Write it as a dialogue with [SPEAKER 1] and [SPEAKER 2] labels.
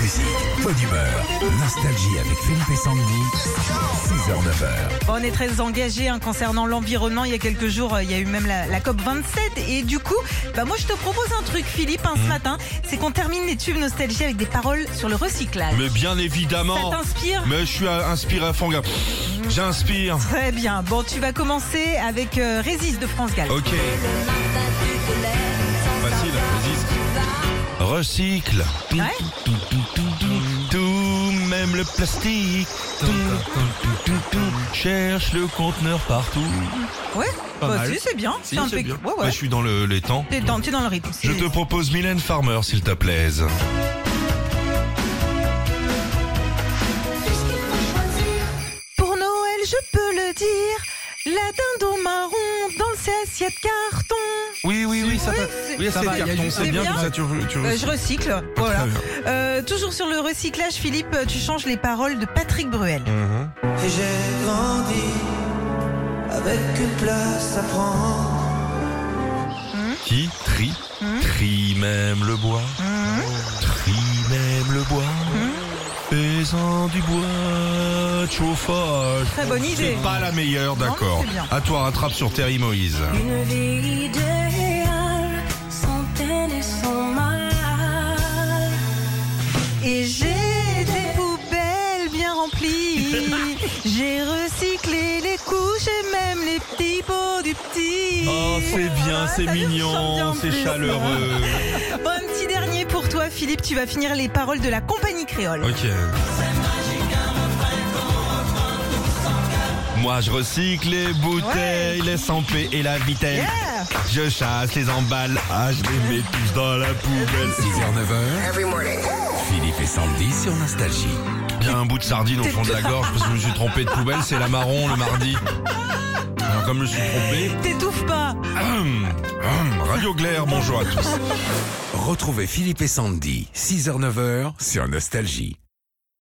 [SPEAKER 1] Classique, bonne humeur, nostalgie avec Philippe Sandy, 6h-9h.
[SPEAKER 2] Bon, On est très engagé hein, concernant l'environnement. Il y a quelques jours, euh, il y a eu même la, la COP 27. Et du coup, bah, moi, je te propose un truc, Philippe, hein,
[SPEAKER 3] Mmh.
[SPEAKER 2] ce matin. C'est qu'on termine les tubes nostalgie avec des paroles sur le recyclage.
[SPEAKER 3] Mais bien évidemment.
[SPEAKER 2] Ça t'inspire
[SPEAKER 3] Mais je suis euh, inspiré à fond, gars. J'inspire.
[SPEAKER 2] Très bien. Bon, tu vas commencer avec euh, Résiste de France Gall.
[SPEAKER 3] Ok. Facile, vas-y. Recycle. Tout,
[SPEAKER 2] Ouais.
[SPEAKER 3] tout, tout, tout, tout, tout, même le plastique. Tout, tout, tout, tout, tout. Cherche le conteneur partout.
[SPEAKER 2] Ouais.
[SPEAKER 3] Pas
[SPEAKER 2] Bah,
[SPEAKER 3] mal.
[SPEAKER 2] si, c'est bien.
[SPEAKER 3] Si,
[SPEAKER 2] c'est un
[SPEAKER 3] c'est
[SPEAKER 2] peu-
[SPEAKER 3] bien.
[SPEAKER 2] Ouais,
[SPEAKER 3] Bah,
[SPEAKER 2] ouais.
[SPEAKER 3] je suis dans le, les temps.
[SPEAKER 2] T'es dans, t'es dans le rythme.
[SPEAKER 3] Je te propose Mylène Farmer, s'il te plaît.
[SPEAKER 2] Pour Noël, je peux le dire, la dindon marron dans ses assiettes carton.
[SPEAKER 3] Oui, oui, oui, ça
[SPEAKER 2] Oui,
[SPEAKER 3] va.
[SPEAKER 2] c'est-
[SPEAKER 3] Oui, c'est
[SPEAKER 4] va, il y a
[SPEAKER 3] carton,
[SPEAKER 4] du-
[SPEAKER 3] c'est
[SPEAKER 2] c'est
[SPEAKER 3] bien,
[SPEAKER 2] bien.
[SPEAKER 3] comme ça tu, tu
[SPEAKER 2] Euh, je recycle, voilà. Euh, toujours sur le recyclage, Philippe, tu changes les paroles de Patrick Bruel.
[SPEAKER 3] Mhm.
[SPEAKER 5] Et j'ai grandi avec une place à prendre.
[SPEAKER 3] Qui trie,
[SPEAKER 2] Hmm?
[SPEAKER 3] trie même le bois, trie même le bois, faisant du bois de chauffage.
[SPEAKER 2] Très bonne idée.
[SPEAKER 3] C'est pas la meilleure, d'accord.
[SPEAKER 2] c'est bien.
[SPEAKER 3] À toi, rattrape sur Terry Moïse.
[SPEAKER 6] Une vie idéale, sans peine et sans mal.
[SPEAKER 2] Et j'ai des poubelles bien remplies. j'ai recyclé les couches et même les petits pots du petit.
[SPEAKER 3] Oh, c'est bien,
[SPEAKER 2] Ah,
[SPEAKER 3] c'est
[SPEAKER 2] t'as vu, je chante bien en
[SPEAKER 3] mignon, c'est
[SPEAKER 2] plus.
[SPEAKER 3] chaleureux.
[SPEAKER 2] Bon, un petit dernier pour toi, Philippe. Tu vas finir les paroles de la compagnie créole.
[SPEAKER 3] Ok. Moi, je recycle les bouteilles, les sans-pé et la vitelle.
[SPEAKER 2] Yeah.
[SPEAKER 3] Je chasse les emballages, je les mets tous dans la poubelle.
[SPEAKER 1] 6h-9h, Philippe et Sandy sur Nostalgie.
[SPEAKER 3] Il y a un bout de sardine au fond de la gorge parce que je me suis trompé de poubelle, c'est la marron le mardi. Alors comme je me suis trompé,
[SPEAKER 2] T'étouffe pas.
[SPEAKER 3] hum, hum, Radio Glaire, bonjour à tous.
[SPEAKER 1] Retrouvez Philippe et Sandy, 6h-9h sur Nostalgie.